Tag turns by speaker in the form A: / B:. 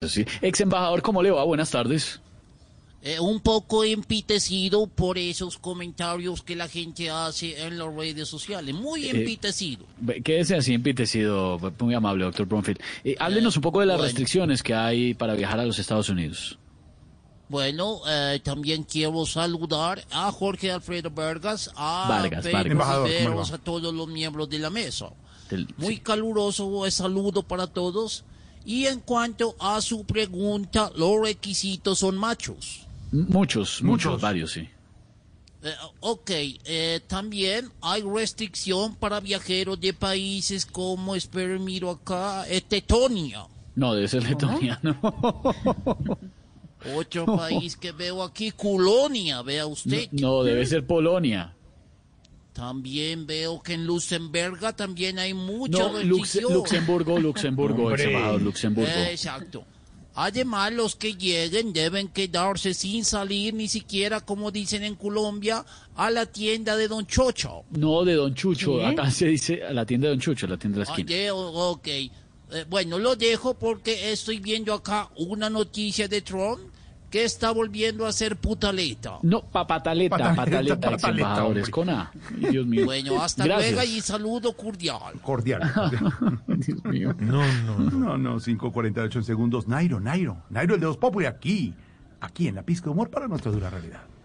A: Pues sí. Ex embajador, ¿cómo le va? Buenas tardes.
B: Eh, un poco empitecido por esos comentarios que la gente hace en las redes sociales. Muy
A: Eh,
B: empitecido.
A: Ve- Quédese así empitecido, muy amable, doctor Bromfield. Eh, háblenos un poco de las
B: bueno.
A: restricciones que hay para viajar a los Estados Unidos.
B: Bueno, eh, también quiero saludar a Jorge Alfredo Vargas, a
A: Vargas,
B: Pedro
A: Vargas.
C: Embajador, ¿cómo le
B: Viveros,
C: va?
B: a todos los miembros de la mesa.
A: Del-
B: Muy caluroso eh, saludo para todos. Y en cuanto a su pregunta, los requisitos son machos.
A: Muchos, muchos,
C: Muchos.
A: varios, sí.
B: Eh, ok, eh, también hay restricción para viajeros de países como, espero miro acá, eh, Tetonia.
A: No, debe ser Letonia, no.
B: Otro país que veo aquí, Colonia, vea usted.
A: No, debe ser Polonia.
B: También veo que en Luxemburgo también hay mucha
A: No, Lux-
B: restricción.
A: Luxemburgo, Luxemburgo, ex
C: Hombre.
A: embajador Luxemburgo.
B: Eh, Exacto. Además, los que lleguen deben quedarse sin salir ni siquiera, como dicen en Colombia, a la tienda de Don Chocho.
A: No, de Don Chucho. Acá se dice a la tienda de Don Chucho, la tienda de la
B: Ah,
A: esquina.
B: de- o- ok. Eh, bueno, lo dejo porque estoy viendo acá una noticia de Trump que está volviendo a ser putaleta.
A: No, papataleta,
C: Pataleta,
A: pataleta, ex
C: pataleta,
A: embajadores.
C: hombre.
A: Con A. Ay, Dios mío.
B: Bueno, hasta
A: Gracias.
B: luego y saludo cordial.
C: Cordial.
A: Dios mío.
C: No, no, no.
D: No, no, 5.48 en segundos. Nairo, Nairo. Nairo, el de los Populi, aquí. Aquí en la pizca de humor para nuestra dura realidad.